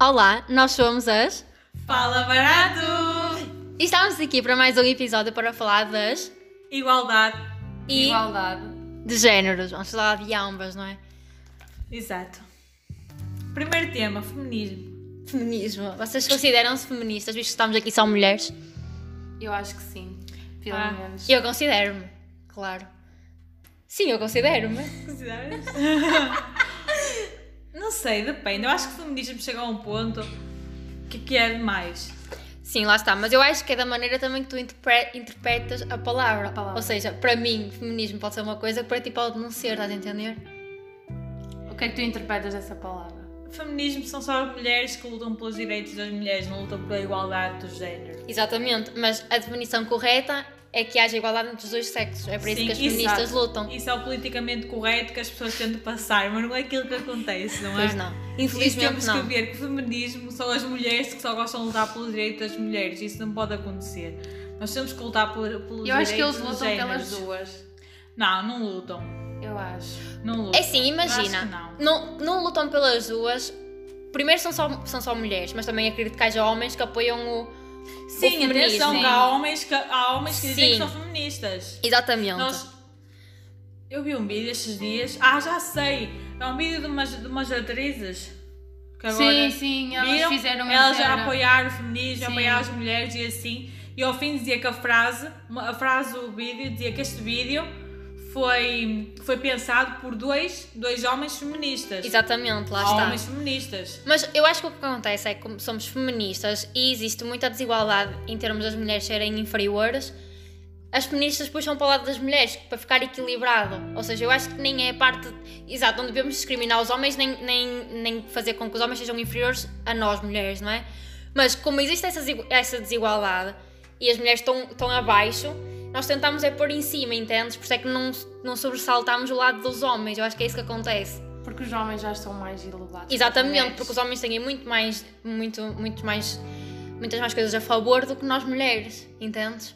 Olá, nós somos as. Fala barato! E estamos aqui para mais um episódio para falar das. Igualdade. E. Igualdade. De géneros. Vamos falar de ambas, não é? Exato. Primeiro tema, feminismo. Feminismo. Vocês consideram-se feministas, visto que estamos aqui são mulheres? Eu acho que sim. Pelo Ah, menos. Eu considero-me, claro. Sim, eu considero-me. Consideras? Não sei, depende. Eu acho que o feminismo chega a um ponto que que é demais. Sim, lá está. Mas eu acho que é da maneira também que tu interpre- interpretas a palavra. A palavra. Ou seja, para mim, feminismo pode ser uma coisa que para ti pode não ser, estás a entender? O que é que tu interpretas dessa palavra? Feminismo são só mulheres que lutam pelos direitos das mulheres, não lutam pela igualdade dos géneros. Exatamente. Mas a definição correta é que haja igualdade entre os dois sexos. É por isso Sim, que as exato. feministas lutam. Isso é o politicamente correto que as pessoas tentam passar, mas não é aquilo que acontece, não é? Pois não. Isso Infelizmente temos não. que ver que o feminismo são as mulheres que só gostam de lutar pelos direitos das mulheres. Isso não pode acontecer. Nós temos que lutar por, pelos direitos eu acho que eles dos lutam géneros. pelas duas. Não, não lutam. Eu acho. Não lutam. É assim, imagina. Eu acho que não. Não, lutam pelas duas. Primeiro são só, são só mulheres, mas também acredito que haja homens que apoiam o. Sim, o atenção, feminismo. que há homens que, há homens que dizem que Sim. são feministas. Exatamente. Nós- Eu vi um vídeo estes dias. Ah, já sei! É um vídeo de umas, de umas atrizes. Que agora sim, sim, elas viram, fizeram um elas essa já era. apoiaram o feminismo, Sim. apoiaram as mulheres e assim. E ao fim dizia que a frase, uma- a frase do vídeo dizia que este vídeo foi, foi pensado por dois, dois homens feministas. tá, Exatamente, lá Há está. homens feministas. Mas eu acho que o que acontece é que como somos feministas e existe muita desigualdade em termos das mulheres serem inferiores. As feministas puxam para o lado das mulheres para ficar equilibrado. Ou seja, eu acho que nem é a parte. Exato, não devemos discriminar os homens nem, nem, nem fazer com que os homens sejam inferiores a nós mulheres, não é? Mas como existe essa, desigu- essa desigualdade e as mulheres estão, estão abaixo, nós tentamos é pôr em cima, entendes? Por isso é que não, não sobressaltamos o lado dos homens. Eu acho que é isso que acontece. Porque os homens já estão mais elevados. Exatamente, porque os homens têm muito mais, muito, muito mais, muitas mais coisas a favor do que nós mulheres, entendes?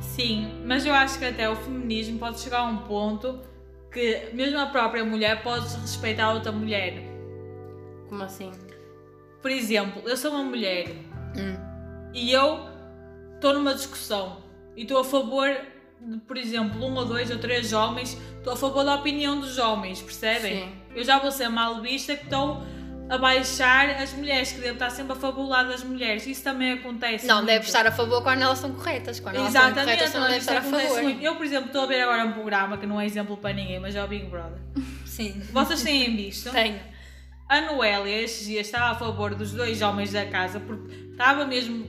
Sim, mas eu acho que até o feminismo pode chegar a um ponto que mesmo a própria mulher pode respeitar a outra mulher. homens. Como assim? Por exemplo, eu sou uma mulher Hum. e eu estou numa discussão e estou a favor de, por exemplo, um ou dois ou três homens, estou a favor da opinião dos homens, percebem? Sim. Eu já vou ser mal vista que estou a baixar as mulheres, que devo estar sempre a fabular das mulheres. Isso também acontece. Não, muito. deve estar a favor quando elas são corretas. Quando elas são corretas, Exatamente, não mas deve isso estar a acontece favor. muito. Eu, por exemplo, estou a ver agora um programa que não é exemplo para ninguém, mas é o Big Brother. Sim. Vocês têm visto? Tenho. A Noélia estes dias estava a favor dos dois homens da casa porque estava mesmo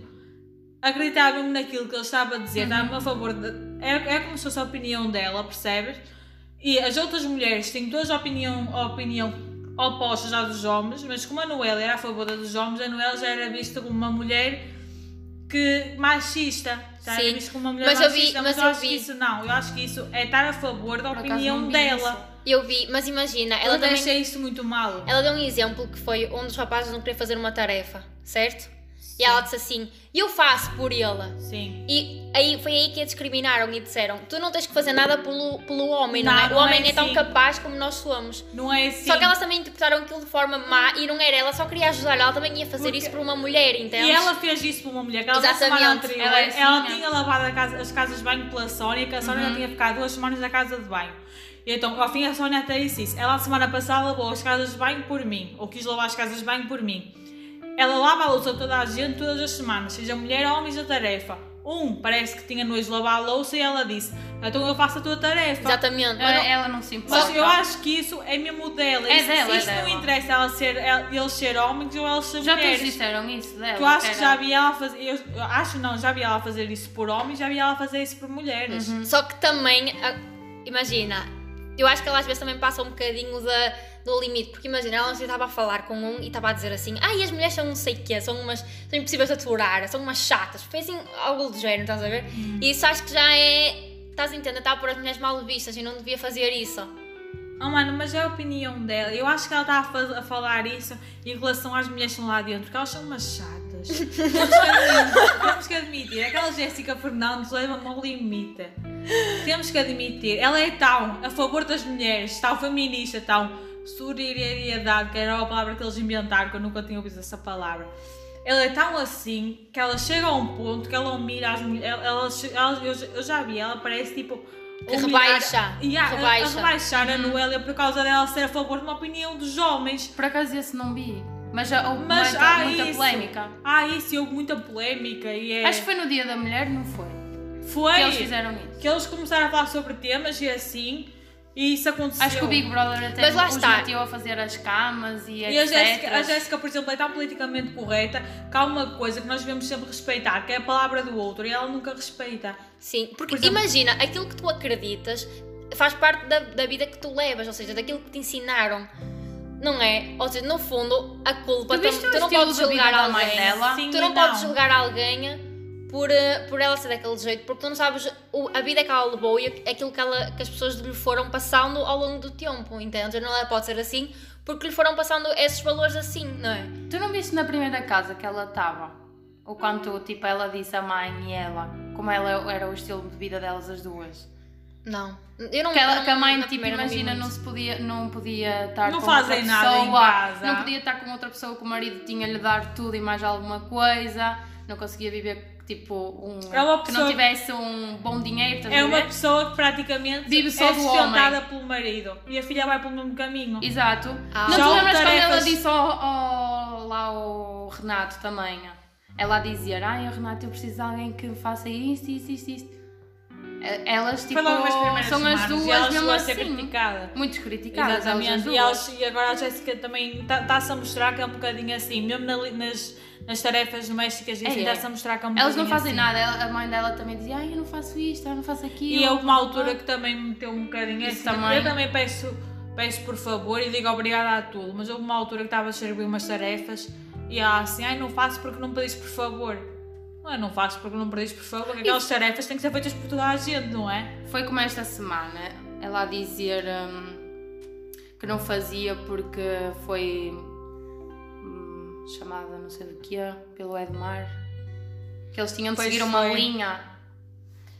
acreditava mesmo naquilo que ele estava a dizer, estava a favor de, é, é como se fosse a opinião dela, percebes? E as outras mulheres têm todas a opinião, a opinião opostas à dos homens, mas como a Noélia era a favor da dos homens, a Noélia já era vista como uma mulher que machista. Já era Sim, vista como uma mulher mas eu vi- machista, mas eu, eu acho vi. que isso não, eu acho que isso é estar a favor da Por acaso, opinião não vi dela. isso. Eu vi, mas imagina, Ela ela eu também também. achei isso muito mal. Ela deu um exemplo que foi um dos rapazes não queria fazer uma tarefa, certo? E ela disse assim: Eu faço por ela. Sim. E aí, foi aí que a discriminaram e disseram: Tu não tens que fazer nada pelo, pelo homem, não, Não, é? O não homem é é tão assim. capaz como nós somos. Não é assim. Só que elas também interpretaram aquilo de forma má e não era, ela só queria ajudar, ela também ia fazer Porque- isso por uma mulher, entende? E ela fez isso por uma mulher. que Ela na semana Exatamente, anterior, ela, ela é assim, Uhum. né? tinha lavado a casa- as casas de banho pela Sónia, que a Sónia já tinha ficado duas semanas na casa de banho. E então, ao fim, a Sónia até disse isso. Ela, a semana passada, lavou as casas de banho por mim. Ou quis lavar as casas de banho por mim. Ela lava a louça a toda a gente todas as semanas, seja mulher ou homem, a tarefa. Um, parece que tinha nojo de lavar a louça e ela disse: Então eu faço a tua tarefa. Exatamente, Ela, É, mas não- ela não se importa. Mas eu acho que isso é mesmo dela. É Isso- dela, é Isto não dela. interessa ela ser, ela- eles ser homens ou eles ser Já todos mulheres. disseram isso dela. Que eu acho que era- já vi ela fazer. Eu, eu acho não, já vi ela fazer isso por homens, já vi ela fazer isso por mulheres. só que também, a- imagina, eu acho que ela às vezes também passa um bocadinho da, do limite, porque imagina, ela não estava a falar com um e estava a dizer assim: Ai, as mulheres são não sei o quê, são umas, são impossíveis de aturar, são umas chatas, fez assim, algo do género, estás a ver? Hum. E isso acho que já é. Estás a entender? Está a pôr as mulheres mal vistas e não devia fazer isso. Oh mano, mas é a opinião dela. Eu acho que ela está a, fa- a falar isso em relação às mulheres que estão lá dentro, porque elas são umas chatas. temos, que admitir, temos que admitir. Aquela Jéssica Fernandes leva-me ao limite. Temos que admitir. Ela é tão a favor das mulheres, tão feminista, tão solidariedade, que era a palavra que eles inventaram, que eu nunca tinha ouvido essa palavra. Ela é tão assim que ela chega a um ponto que ela humilha as mulheres. Ela, ela che- ela- eu, já- eu já vi, ela parece tipo. Que humilhar- rebaixa, Yeah, rebaixa. A, a rebaixar a Uhum. Noélia por causa dela ser a favor de uma opinião dos homens. Por acaso esse não vi. Mas já houve Mas muita, há muita isso. polémica. Ah, isso, e houve muita polémica e é. Acho que foi no Dia da Mulher, não foi? foi. Que eles fizeram isso. que eles começaram a falar sobre temas e assim, e isso aconteceu. Acho que o Big é Brother até Mas lá os está. meteu a fazer as camas e, E a Jéssica, a etc. Jéssica, por exemplo, é tão politicamente correta que há uma coisa que nós devemos sempre respeitar, que é a palavra do outro, e ela nunca respeita. Sim, porque Por exemplo- imagina, aquilo que tu acreditas faz parte da, da vida que tu levas, ou seja, daquilo que te ensinaram. Não é? Ou seja, no fundo, a culpa Então, Tu viste tam- o tu não estilo podes de vida julgar da mãe alguém. dela? Sim tu e não, podes julgar alguém por, eh, por ela ser daquele jeito, porque tu não sabes o- a vida que ela levou e aquilo que, ela- que as pessoas lhe foram passando ao longo do tempo, entende? Não ela pode ser assim porque lhe foram passando esses valores assim, não é? Tu não viste na primeira casa que ela estava? O quanto, tipo, ela disse a mãe e ela, como ela era o estilo de vida delas as duas. Não. Eu não Que, ela, não- que a mãe, na tipo, primeira vi imagina, muito. não se podia, não podia estar Não com fazem outra nada em pessoa, casa. não podia estar com outra pessoa que o marido tinha-lhe dar tudo e mais alguma coisa, não conseguia viver, tipo, um, É uma que pessoa- não tivesse um bom dinheiro, estás É a uma ver? pessoa que praticamente né? Vive só é do sustentada pelo marido e a filha vai pelo mesmo caminho. Exato. Ah. Já Não te houve lembras quando ela tarefas- disse ao, ao- lá ao Renato também? Ela a dizer, ai Renato, eu preciso de alguém que faça isto, isto, isto, isto. Eh, Elas tipo, Foi logo nas primeiras são as semanas, duas e ela mesmo chegou a ser assim. criticada. Muito criticadas. elas as Exatamente, e, duas. elas- e agora a Jéssica também está-se a mostrar que é um bocadinho assim, mesmo na li- nas, nas tarefas domésticas e É, assim, é. está-se a mostrar que é um Elas não bocadinho fazem assim. nada. Ela- A mãe dela também dizia, ai eu não faço isto, eu não faço aquilo. E houve uma blá, blá, blá. altura que também me meteu um bocadinho Isso assim. também. Eu também peço, peço por favor e digo obrigada a tudo, mas houve uma altura que estava a servir umas tarefas e ela assim, ai não faço porque não me pediste por favor. Não é, não faço porque não me pediste por favor, que aquelas tarefas têm que ser feitas por toda a gente, não é? Foi como esta semana, ela a dizer hum, que não fazia porque foi hum, chamada não sei do que é, pelo Edmar, que eles tinham de Pois seguir uma foi. linha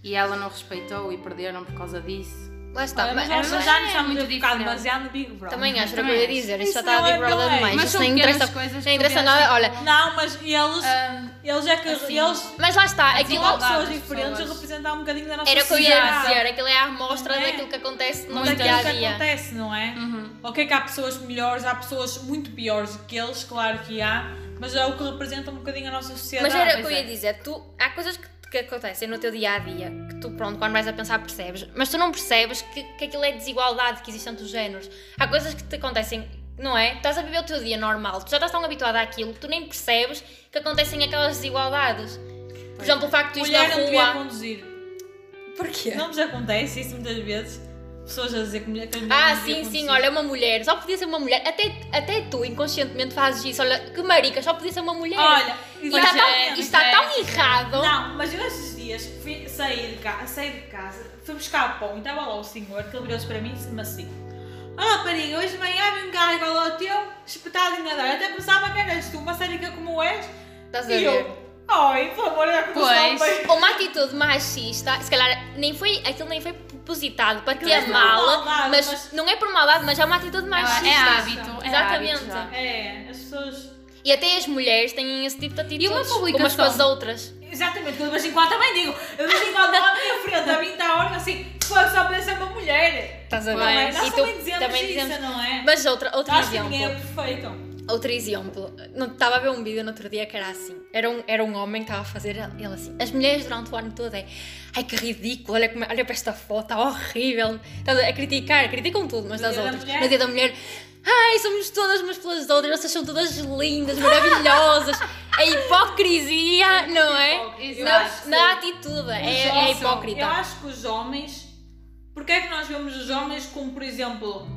e ela não respeitou e perderam por causa disso. Lá está, Olha, mas Tá, mas- nós mas já é nos estamos muito a focar diferente. demasiado no Big Brother. Também é. acho que Também eu ia acho. dizer, Isso isto já está a não é Big Brother bem. demais. Mas Isso são nem pequenas interessa, coisas nem que tu interessa vês, nada. Olha, Não, mas eles, Hum, eles é que assim, eles mas lá está, aquilo é são igualdade pessoas das diferentes pessoas. a representar um bocadinho da nossa era o que eu ia sociedade. dizer, aquilo é a amostra Não é? daquilo que acontece no Mas dia é a aquilo que dia. acontece, não é? uhum. Ok, que há pessoas melhores, há pessoas muito piores que eles, claro que há, mas é o que representa um bocadinho a nossa Mas sociedade. era o pois que eu ia é. dizer, tu, há coisas que, que acontecem no teu dia a dia que tu, pronto, quando vais a pensar percebes, mas tu não percebes que, que aquilo é desigualdade que existem entre os géneros. Há coisas que te acontecem, não é? Estás a viver o teu dia normal, tu já estás tão habituada àquilo que tu nem percebes que acontecem aquelas desigualdades. Por exemplo, o facto de tu ires na Mulher não devia rua. conduzir. Porquê? Não nos acontece isso muitas vezes. Pessoas a dizer que mulher que a mulher Ah, não devia sim, sim, conduzir. olha, uma mulher, só podia ser uma mulher. Até, até tu inconscientemente fazes isso, olha, que marica, só podia ser uma mulher. Olha, e está tão, exatamente. isto está é, tão errado. Não, mas eu esses dias fui, saí, de casa, saí de casa, fui buscar pão e estava lá o senhor que ele virou-se para mim e disse-me assim: Ah, rapariga, hoje de manhã vi um carro igual ao teu, espetado em nadar. Até pensava que eras tu, uma sérica como és. Estás a E ver? eu, ai, por favor, já começou a Pois. bem. Uma atitude machista, se calhar nem foi, aquilo nem foi propositado para Aquilo ter é por mal, maldade, mas, mas- não é por maldade, mas é uma atitude machista. É hábito. é Exatamente. hábito já. É, as pessoas. E até as mulheres têm esse tipo de atitudes uma umas com publicação? as outras. Exatamente, que eu de vez em quando também digo, eu de vez em quando à minha frente, a 20 horas, assim, pô, só pensa uma mulher. Estás a ver? Não é? Pois, Nós e também tu dizemos também isso, dizemos. não é? Mas outra, outro Acho que exemplo. ninguém é perfeito. Outro exemplo, não estava a ver um vídeo no outro dia que era assim. Era um, era um homem que estava a fazer ele assim. As mulheres durante o ano todo é ai que ridículo, olha, como, é, olha para esta foto, está horrível. Estás a criticar, criticam tudo, mas No das dia da outras. mulher? No dia da mulher, ai, somos todas umas pelas outras, vocês são todas lindas, maravilhosas. A hipocrisia, não é? Hipócrita. Na, Exato. na atitude, é, Os é homens- Eu hipócrita. acho que os homens. Porque é que nós vemos os homens como, por exemplo.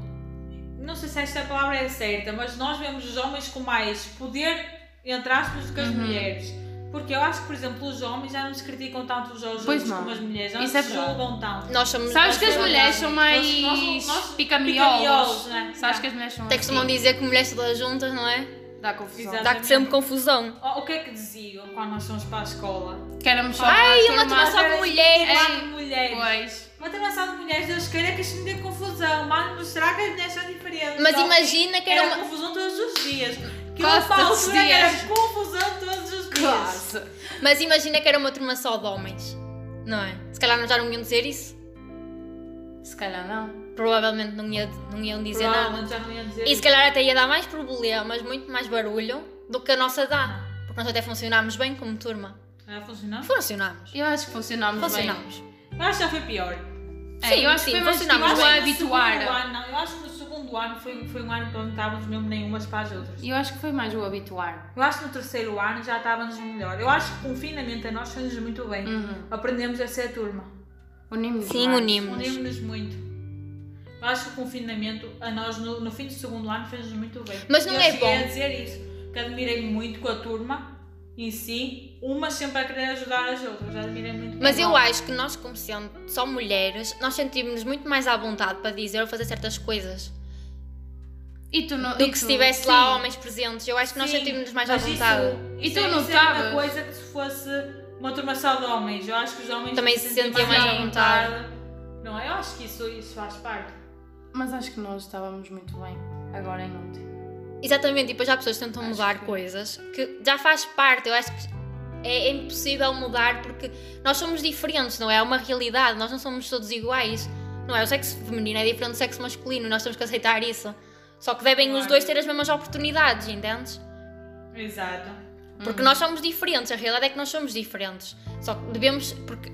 Não sei se esta palavra é certa, mas nós vemos os homens com mais poder, entre aspas, do que as Uhum. mulheres. Porque eu acho que, por exemplo, os homens já não se criticam tanto os aos Pois outros não. como as mulheres, já não Isso é se verdade. julgam tanto. é Nós somos. Sabes nós que as somos- mulheres são mais Nós- nós- nós- pica-miolos. pica-miolos, né? Sabes que as mulheres são Até costumam assim. dizer que mulheres todas juntas, não é? Dá confusão. Exato. Dá-te sempre confusão. O o que é que diziam quando nós fomos para a escola? Que éramos só Ai, uma uma turma turma- É só com mulheres. Igual a mulheres. Pois. Mas também formação de mulheres da esquerda que isto me dê confusão. Mano, mostrar que as mulheres são diferentes. Mas Só imagina que era Então, era uma. confusão todos os dias. Que Quase uma todos os altura que era dias. confusão todos os dias. Quase. Mas imagina que era uma turma só de homens, não é? Se calhar não já não iam dizer isso. Se calhar não. Provavelmente não, ia, não iam é dizer nada. Provavelmente já não ia dizer. E se calhar até ia dar mais problemas, muito mais barulho do que a nossa dá. Porque nós até funcionámos bem como turma. Ah, funcionou? Funcionámos. Eu acho que funcionámos bem. Funcionámos. Eu acho que já foi pior. É, Sim, eu acho que sim, foi mais funcionámos tipo Eu bem. acho que no segundo habituar. ano, não, eu acho que no segundo ano foi, foi um ano que não estávamos mesmo nenhumas para as outras. Eu acho que foi mais o habituar. Eu acho que no terceiro ano já estávamos melhor. Eu acho que o confinamento a nós fez-nos muito bem. Uhum. Aprendemos a ser turma. Unimos Sim, mais. unimos. Unimos-nos muito. Eu acho que o confinamento a nós no, no fim do segundo ano fez-nos muito bem. Mas não eu é cheguei bom. a dizer isso. Que admirei muito com a turma em si. Uma sempre a querer ajudar as outras. Admirei muito. Mas com eu ela. acho que nós, como sendo só mulheres, nós sentimos-nos muito mais à vontade para dizer ou fazer certas coisas E tu não, do e que se tu- tivesse sim. lá homens presentes. Eu acho que nós Sim, sentimos-nos mais à mas vontade. Isso, E isso tu é- isso É notavas? uma coisa que se fosse uma turma só de homens. Eu acho que os homens Também se sentiam mais à Não é? Eu acho que isso, isso faz parte. Mas acho que nós estávamos muito bem. é Agora em ontem. Exatamente, e depois já há pessoas que tentam Acho mudar que- coisas que já faz parte. Eu acho que é impossível mudar porque nós somos diferentes, não é? É uma realidade, nós não somos todos iguais. Não é? O sexo feminino é diferente do sexo masculino e nós temos que aceitar isso. Só que devem os Claro. dois ter as mesmas oportunidades, entendes? Exato. Porque Uhum. nós somos diferentes, a realidade é que nós somos diferentes. Só que devemos. Porque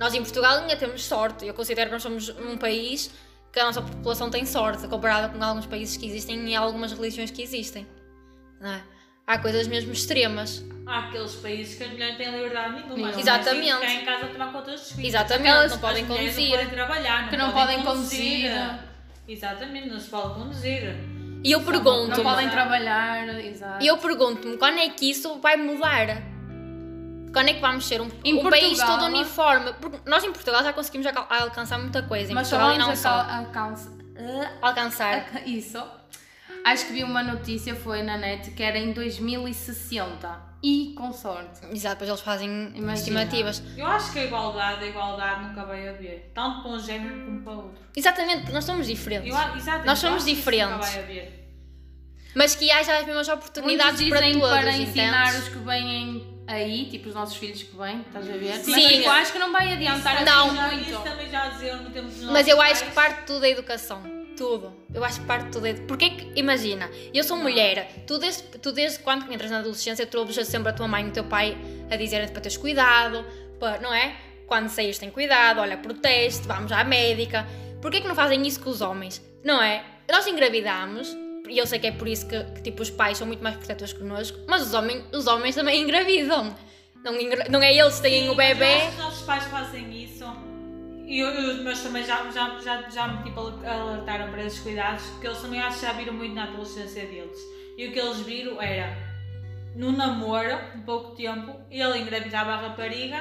nós em Portugal ainda temos sorte. Eu considero que nós somos um país que a nossa população tem sorte, comparada com alguns países que existem e algumas religiões que existem. Não é? Há coisas mesmo extremas. Há aqueles países que as mulheres têm liberdade nenhuma. Elas Exatamente. têm que ficar em casa a tomar conta dos filhos. Exatamente, Aquelas- não As podem mulheres conduzir. Não podem trabalhar, não Que não podem podem conduzir. Exatamente, não se pode conduzir. E eu Não pergunto-me, podem trabalhar, exato. e eu pergunto-me quando é que isso vai mudar? Quando é que vamos ser um, Em um país Portugal, todo não é? uniforme? Porque nós em Portugal já conseguimos alca- alcançar muita coisa. Em Mas só Portugal e vamos não só. alca- alcança- ah, Alcançar. alca- Isso. Acho que vi uma notícia, foi na net, que era em 2060. E com sorte. Exato, depois eles fazem Imagina. estimativas. Eu acho que a igualdade, a igualdade nunca vai haver. Tanto para um género como para outro. Exatamente, porque nós somos diferentes. Eu, a- exatamente, Nós somos eu acho que isso diferentes. Nunca vai haver. Mas que haja as mesmas Muitos oportunidades para dizem todos, para, ensinar entendes? os que vêm aí, tipo os nossos filhos que vêm, estás a ver? Sim. Mas eu acho que não vai adiantar assim Não. Já, muito. isso também já diziam no tempo dos Mas eu nossos acho que pais. parte tudo da educação. Tudo. Eu acho que parte tudo da educação. Porque é que, imagina, eu sou mulher, tu desde, tu desde quando entras na adolescência, tu ouves sempre a tua mãe e o teu pai a dizerem-te para teres cuidado, para, não é? Quando saís, tem cuidado, olha, proteste, vamos à médica. Porquê que não fazem isso com os homens? Não é? Nós engravidamos, e eu sei que é por isso que, que, tipo, os pais são muito mais protetores connosco, mas os homens, os homens também engravidam. Não, engra- não é eles que têm Sim, o mas eu bebê. acho que Os nossos pais fazem isso. E eu, eu, os meus também já, já, já, já me tipo, alertaram para esses cuidados, porque eles também acho que já viram muito na adolescência deles. E o que eles viram era, no namoro, um pouco tempo, ele engravidava a rapariga,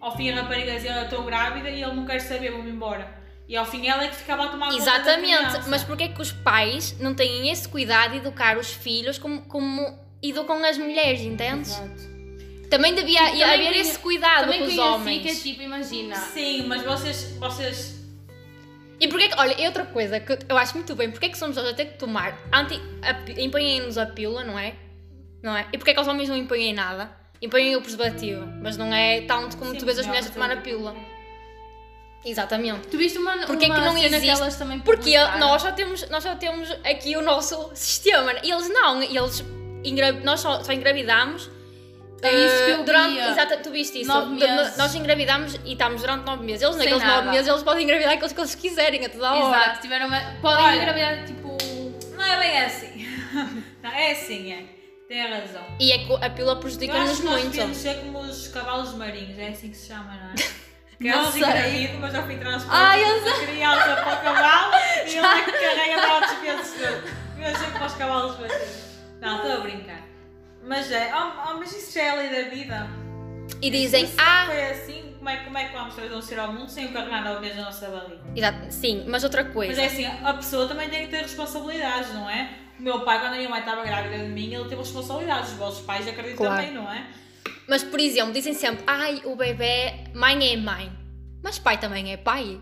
ao fim a rapariga dizia, eu estou grávida, e ele não quer saber, vou-me embora. E ao fim ela é que ficava a tomar conta da Exatamente, criança. mas porquê que os pais não têm esse cuidado de educar os filhos como, como educam as mulheres, entendes? Exato. Também devia E também haver conhe- esse cuidado Também com os conheci homens. que é tipo, imagina. Sim, mas vocês, vocês E porquê que, olha, e outra coisa que eu acho muito bem, porquê que somos nós a ter que tomar, anti- a pi- impõem-nos a pílula, não é? Não é? E porquê que os homens não impõem nada? Impõem o preservativo, mas não é tanto como Sim, tu vês as não, mulheres a mas tomar é a pílula. Exatamente. Tu viste uma, Porquê uma é que não cena que existe? elas também Porque publicaram? nós já, temos, nós já temos aqui o nosso sistema. né? E eles não, eles engra- nós só, só engravidamos. eh, É isso que eu durante, via. Exato, tu viste isso. Du- Nove meses. Nós engravidamos e estamos durante nove meses. Eles, Sem naqueles nada. nove meses, eles podem engravidar aqueles que eles quiserem a toda a hora. Exato, tiveram uma. Podem Olha. engravidar tipo. não é bem assim. não, é assim, é. Tem razão. E é que a pílula Eu acho prejudica-nos que nós muito. devíamos ser como os cavalos marinhos, é assim que se chama, não é? Que Não elas sei. engravidam, mas já fui Ai, eu transportada de criança para o cavalo e ele é que carrega para outros pesos todos. Eu sei que é para os cavalos marinhos. Não, estou a brincar. Mas é, oh, oh, mas isso já é a lei da vida. E dizem, Se ah, foi assim, como é, como é que vamos trazer um ser ao mundo sem o carregar talvez na nossa barriga? exato, sim, mas outra Mas coisa. é assim, a pessoa também tem que ter responsabilidades, não é? O meu pai, quando a minha mãe estava grávida de mim, ele teve responsabilidades. Os vossos pais, acredito Claro. também, não é? Mas, por exemplo, dizem sempre, ai, o bebê, mãe é mãe. Mas pai também é pai.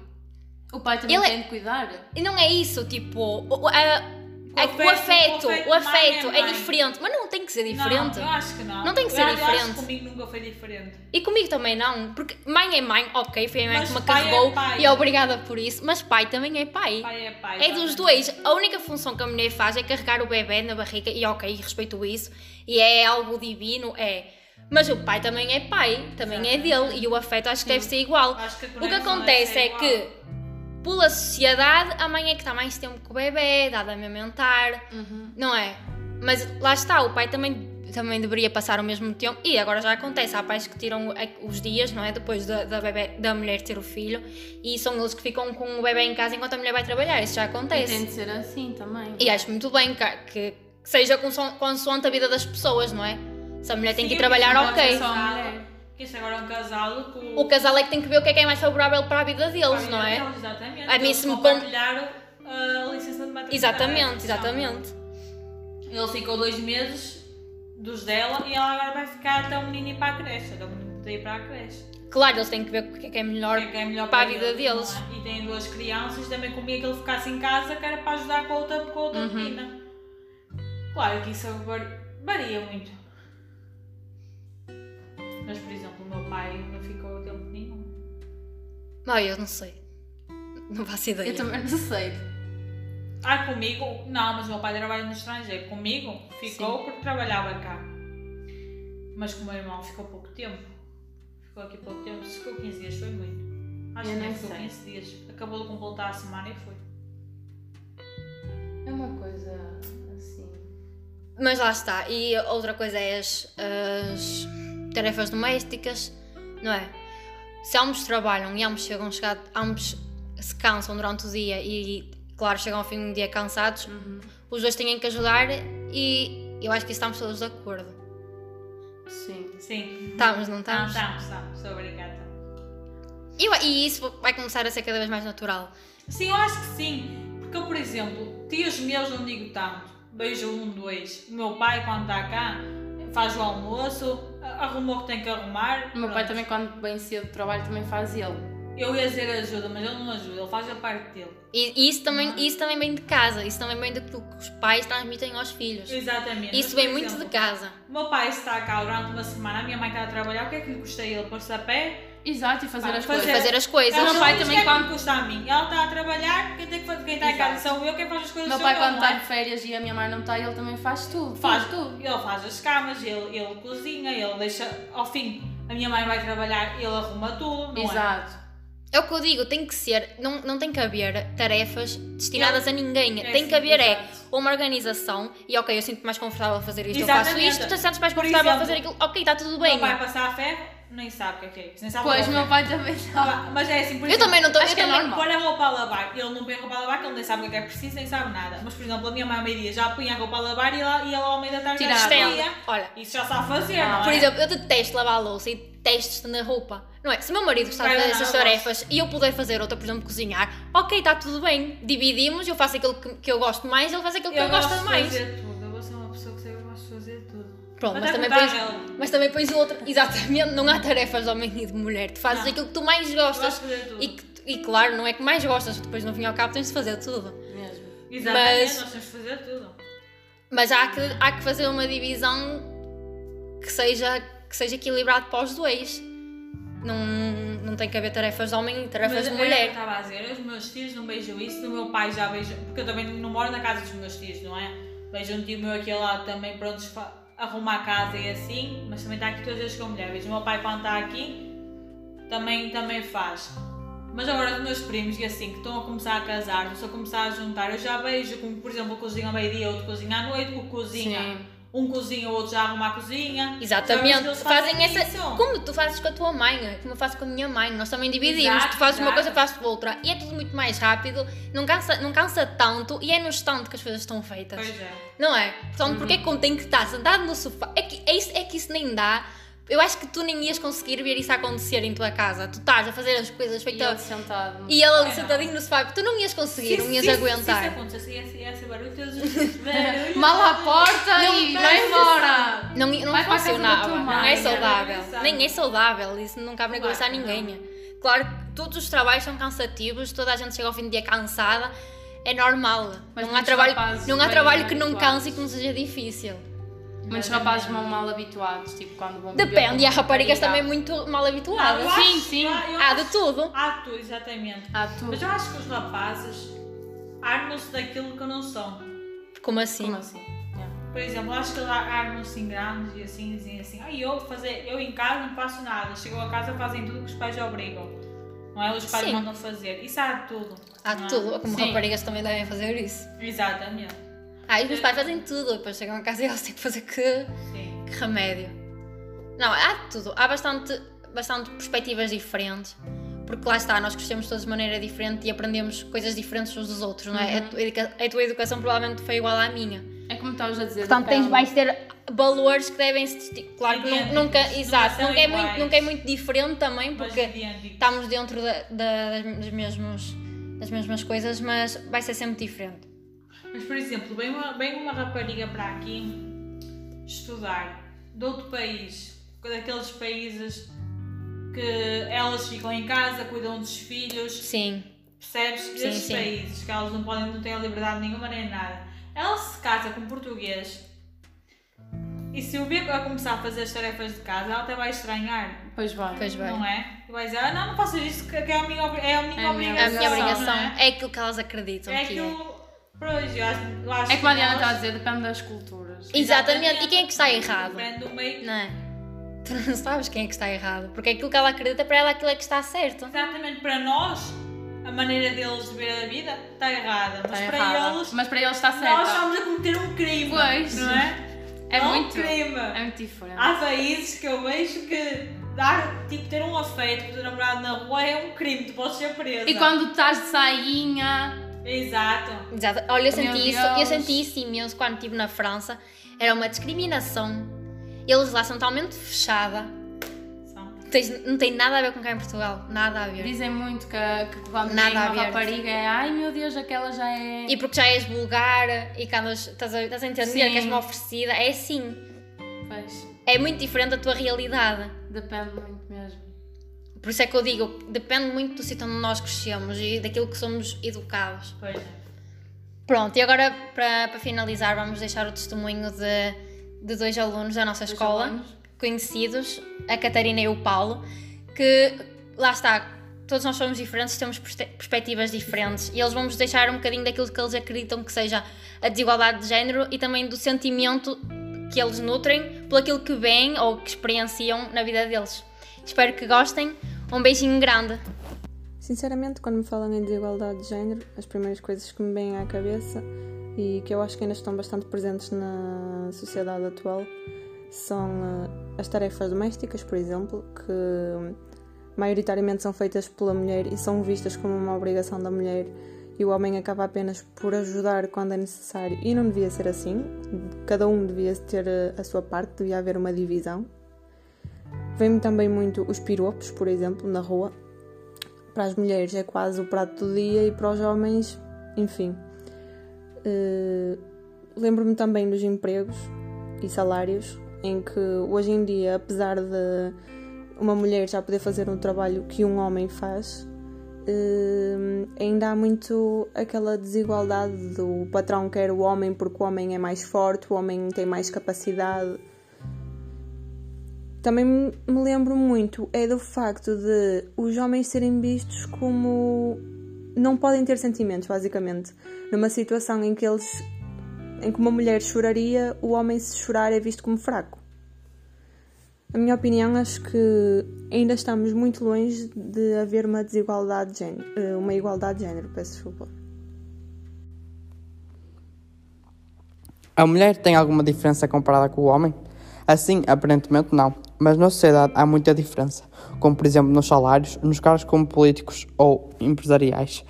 O pai também Ele- é- tem de cuidar. E não é isso, tipo, o, o- a- a- afeto- o afeto, o o afeto afeto, mãe é, é mãe. diferente, mas não tem que ser diferente. Não, eu acho que não. Não tem que ser eu, Eu acho diferente. que comigo nunca foi diferente. E comigo também não, porque mãe é mãe, ok, foi a mãe Mas que me pai é carregou pai. e obrigada por isso, mas pai também é pai. Pai é pai. É dos dois. A única função que a mulher faz é carregar o bebê na barriga, e ok, respeito isso, e é algo divino, é. Mas o pai também é pai, também é dele, e o afeto acho que deve ser igual. Acho que a O que conexão acontece deve é ser que, igual. pela sociedade, a mãe é que está mais tempo com o bebê, dá de amamentar, não é? Mas lá está, o pai também, também deveria passar o mesmo tempo. E agora já acontece, há pais que tiram a- os dias, não é? Depois da, da, bebé- da mulher ter o filho, e são eles que ficam com o bebê em casa enquanto a mulher vai trabalhar. Isso já E acontece. tem de ser assim também. E é. acho muito bem que, que seja conso- consoante a vida das pessoas, não é? Se a mulher tem Sim, que ir eu trabalhar, penso que ok. é só ok. mulher. Que isto agora é um casal com. O casal é que tem que ver o que é que é mais favorável para a vida deles, não é? Eles, exatamente. A mim Eles se me vão pan- partilhar uh, a licença de maternidade. Exatamente, São- exatamente. Ele ficou dois meses dos dela e ela agora vai ficar até o menino ir para a creche. Até o menino poder ir para a creche. Claro, eles têm que ver o que é que é melhor. É que é melhor para a vida deles. não é? E tem duas crianças, também comia que ele ficasse em casa, que era para ajudar com a outra, com a outra Uhum. menina. Claro que isso var- varia muito. Mas, por exemplo, o meu pai não ficou o tempo nenhum. Não, eu não sei. Não faço ideia. Eu também não sei. Ah, comigo? Não, mas o meu pai trabalha no estrangeiro. Comigo ficou porque trabalhava cá. Mas com o meu irmão ficou pouco tempo. Ficou aqui pouco tempo. Se ficou 15 dias, foi muito. Acho Eu que nem nem ficou sei. 15 dias. Acabou de completar a semana e foi. É uma coisa assim. Mas lá está. E outra coisa é as, as tarefas domésticas, não é? Se ambos trabalham e ambos chegam chegados, ambos se cansam durante o dia e, claro, chegam ao fim do dia cansados, os dois têm que ajudar e eu acho que estamos todos de acordo. Sim. Sim. Estamos, não Não, tá. estamos? não, não, Tá, sou obrigada. E, eu- e isso vai começar a ser cada vez mais natural. Sim, eu acho que sim. Porque eu, por exemplo, tios meus não digo tanto. Beijo um, dois. O meu pai, quando está cá, faz o almoço, a- arruma o que tem que arrumar. O meu pai pronto. também, quando bem cedo do trabalho, também faz ele. Eu ia dizer ajuda, mas ele não ajuda, ele faz a parte dele. E, e isso, também, isso também vem de casa, isso também vem daquilo que os pais transmitem aos filhos. Exatamente. Isso Mas, vem por muito exemplo, de casa. O meu pai está cá durante uma semana, a minha mãe está a trabalhar, o que é que lhe custa ele pôr-se a pé? Exato, e fazer Pá, as fazer- coisas. Fazer as coisas. Ela É. o meu pai diz, também o que é que quando- me custa a mim? Ela está a trabalhar, quem, tem que fazer, quem está em casa sou eu, quem faz as O coisas meu sou pai, eu, quando tá não é? está de férias e a minha mãe não está, ele também faz tudo. Faz tudo. Ele faz as camas, ele, ele cozinha, ele deixa. Ao fim, a minha mãe vai trabalhar, ele arruma tudo, não é? Exato. É o que eu digo, tem que ser, não, não tem que haver tarefas destinadas a ninguém. É tem assim, que haver é exato. uma organização e ok, eu sinto mais confortável a fazer isto, eu faço Exatamente. isto, tu sentes mais Por confortável a exemplo, fazer aquilo, ok, está tudo é? bem. Ele vai passar a ferro, nem sabe o que é que é isso, nem sabe Pois, o o que é meu o pai também não. ferro. Mas é assim, por Eu também não estou Acho que é normal. Põe a roupa a lavar, ele não põe a roupa a lavar, que ele nem sabe o que é que é preciso, nem sabe nada. Mas, por exemplo, a minha mãe ao meio-dia já põe a roupa a lavar e ela, e ela ao meio da tarde já Tirava. estende. Olha, Isso já sabe fazer, Ah, não por é? exemplo, eu detesto lavar a louça e detesto estender roupa. Não é? Se o meu marido gostar de Vai fazer lá, essas eu tarefas e eu puder fazer outra, por exemplo, cozinhar, ok, está tudo bem. Dividimos, eu faço aquilo que, que eu gosto mais, ele faz aquilo que eu, gosto de mais. fazer tudo, eu vou ser uma pessoa que sei que eu gosto de fazer tudo. é Pronto, mas Até também, porque pões, dá nele. mas também pões o outro. Exatamente, não há tarefas de homem e de mulher. Tu fazes Não. aquilo que tu mais Eu gosto gostas. de fazer tudo. E, que- e claro, não é que mais gostas, depois no fim e ao cabo tens de fazer tudo. Mesmo. Exatamente, mas- nós temos de fazer tudo. Mas há que, há que fazer uma divisão que seja, que seja equilibrado para os dois. Não, não tem que haver tarefas de homem e tarefas Mas é de eu mulher. estava a dizer, os meus tios não beijam isso, o meu pai já beija, porque eu também não moro na casa dos meus tios, não é? Beijo um tio meu aqui lá também, pronto, fa- arrumar a casa e assim, mas também está aqui todas as vezes com a mulher. Vejo o meu pai quando está aqui, também, também faz. Mas agora os meus primos e assim, que estão a começar a casar, estão a começar a juntar, eu já vejo como, por exemplo, cozinha ao meio-dia, outro cozinha à noite, o cozinha, Sim. um cozinha, o outro já arruma a cozinha. Já vejo Então, é que Exatamente, eles fazem essa. isso. Como tu fazes com a tua mãe, é? como eu faço com a minha mãe, nós também dividimos, Exato, tu fazes uma exato. coisa, eu faço outra. E é tudo muito mais rápido, não cansa, não cansa tanto e é no instante que as coisas estão feitas. Pois é. Não é? Portanto, porque é que um tem que estar sentado no sofá? É que, é, isso, é que isso nem dá. Eu acho que tu nem ias conseguir ver isso acontecer em tua casa. Tu estás a fazer as coisas E ele feitas sentado. e ela ali É, sentadinho no sofá. Tu não ias conseguir, não ias Se aguentar. isso acontecesse, ia ser- ia ser barulho todos os dias. Barulho. Mal à porta e Não, vai mas- embora. Não, não Vai para a casa da funcionava. tua Não mãe, é era saudável. engraçado. Nem é saudável. Isso não cabe na Claro cabeça a que ninguém. Claro que todos os trabalhos são cansativos, toda a gente chega ao fim do dia cansada, é normal. Mas não há muitos trabalho, rapazes não há bem trabalho que não habituados. canse e que não seja difícil. Muitos rapazes vão mal habituados, tipo quando vão beber Depende, com e há raparigas também rapariga. muito mal Ah, habituadas. eu sim, acho- sim. ah, eu Há acho- de tudo. Há de tudo, exatamente. Há tudo. Mas eu acho que os rapazes armam-se daquilo que não são. Como assim? Como assim? Yeah. Por exemplo, acho que eles armam-se em grandes e assim, dizem assim, ah, eu, fazer, eu em casa não faço nada, chegam a casa fazem tudo que os pais obrigam. Não é? Os pais Sim. mandam fazer. Isso há de tudo. Há não de é? tudo, Ah, como Sim. raparigas também devem fazer isso. Exatamente. Ah, e os meus É. pais fazem tudo, depois chegam a casa e eles têm que fazer que, Sim. que remédio. Não, há de tudo. Há bastante, bastante perspectivas diferentes. Porque lá está, nós crescemos todos de maneira diferente e aprendemos coisas diferentes uns dos outros, não é? A, tua educa- a tua educação provavelmente foi igual à minha. É como estavas a dizer. Portanto, tens, depende. vais ter valores que devem se. disti- Claro que nu- Idênticos, nunca. não Exato, são nunca é, iguais. muito, nunca é muito diferente também, Mas porque idênticos. estamos dentro da- da- das, dos mesmos, das mesmas coisas, mas vai ser sempre diferente. Mas, por exemplo, vem uma, vem uma rapariga para aqui estudar de outro país, daqueles países que elas ficam em casa, cuidam dos filhos, Sim. percebes? Sim, Esses sim. países que elas não podem, não têm liberdade nenhuma nem nada. Ela se casa com um português e se o Bico a começar a fazer as tarefas de casa, ela até vai estranhar, Pois vai. Pois bem. não é? E vai dizer, ah, não, não faças isso, que que é a minha, obri- é a minha É a minha- É a minha obrigação. não é? É aquilo que elas acreditam É que é. aquilo. Pois, eu acho, eu acho É como a Diana elas- está a dizer, depende das culturas. Exatamente. E quem é que está errado? Depende do meio. Não é? Tu não sabes quem é que está errado. Porque aquilo que ela acredita, para ela, aquilo é que está certo. Exatamente para nós, a maneira deles de ver a vida está errada. Mas Está para errada. eles, Mas para eles está nós certo. estamos a cometer um crime. Pois. Não Ah, é? É É um muito. crime. É muito diferente. Há países que eu vejo que dar, tipo, ter um afeto com o teu namorado na rua é um crime, tu podes ser presa. E quando estás de sainha. Exato. Exato. Olha, eu Meu senti, isso, eu Deus. senti isso imenso quando estive na França. Era uma discriminação. Eles lá são totalmente fechada. São. Tens- não tem nada a ver com cá em Portugal. Nada a ver. Dizem muito que, que quando Nada vem uma aberto. rapariga é ai meu Deus, aquela já é. E porque já és vulgar e quando as- estás a, estás a entender Sim. que és uma oferecida, é assim. Pois, É muito diferente da tua realidade. depende muito mesmo. Por isso é que eu digo, depende muito do sítio onde nós crescemos e daquilo que somos educados. Pois é. Pronto, e agora para, para finalizar, vamos deixar o testemunho de, de dois alunos da nossa Dois escola, alunos. conhecidos, a Catarina e o Paulo, que lá está, todos nós somos diferentes, temos perspe- perspectivas diferentes e eles vão-nos deixar um bocadinho daquilo que eles acreditam que seja a desigualdade de género e também do sentimento que eles nutrem por aquilo que veem ou que experienciam na vida deles. Espero que gostem. Um beijinho grande. Sinceramente, quando me falam em desigualdade de género, as primeiras coisas que me vêm à cabeça e que eu acho que ainda estão bastante presentes na sociedade atual são eh, as tarefas domésticas, por exemplo, que maioritariamente são feitas pela mulher e são vistas como uma obrigação da mulher e o homem acaba apenas por ajudar quando é necessário e não devia ser assim. Cada um devia ter eh, a sua parte, devia haver uma divisão. Vem-me também muito os piropos, por exemplo, na rua, para as mulheres é quase o prato do dia e para os homens, enfim. Eh, Lembro-me também dos empregos e salários, em que hoje em dia, apesar de uma mulher já poder fazer um trabalho que um homem faz, eh, ainda há muito aquela desigualdade do patrão quer o homem porque o homem é mais forte, o homem tem mais capacidade, também me me lembro muito é do facto de os homens serem vistos como não podem ter sentimentos, basicamente. Numa situação em que eles em que uma mulher choraria, o homem se chorar é visto como fraco. A minha opinião acho que ainda estamos muito longe de haver uma desigualdade de género, eh, uma igualdade de género, peço desculpa. A mulher tem alguma diferença comparada com o homem? Assim, aparentemente não, mas na sociedade há muita diferença, como por exemplo nos salários, nos cargos como políticos ou empresariais.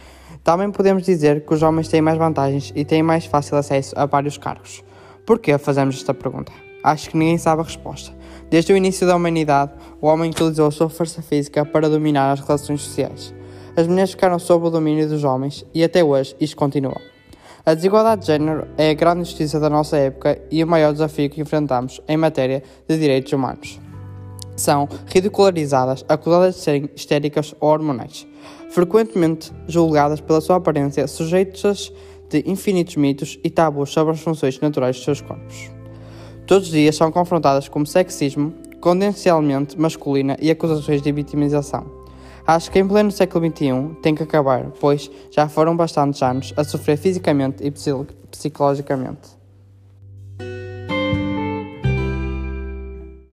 Também podemos dizer que os homens têm mais vantagens e têm mais fácil acesso a vários cargos. Por que fazemos esta pergunta? Acho que ninguém sabe a resposta. Desde o início da humanidade, o homem utilizou a sua força física para dominar as relações sociais. As mulheres ficaram sob o domínio dos homens e até hoje isto continua. A desigualdade de género é a grande injustiça da nossa época e o maior desafio que enfrentamos em matéria de direitos humanos. são ridicularizadas, acusadas de serem histéricas ou hormonais, frequentemente julgadas pela sua aparência, sujeitas de infinitos mitos e tabus sobre as funções naturais de seus corpos. Todos os dias são confrontadas com sexismo, condencialmente masculina e acusações de vitimização. Acho que em pleno século XXI tem que acabar, pois já foram bastantes anos a sofrer fisicamente e psi- psicologicamente.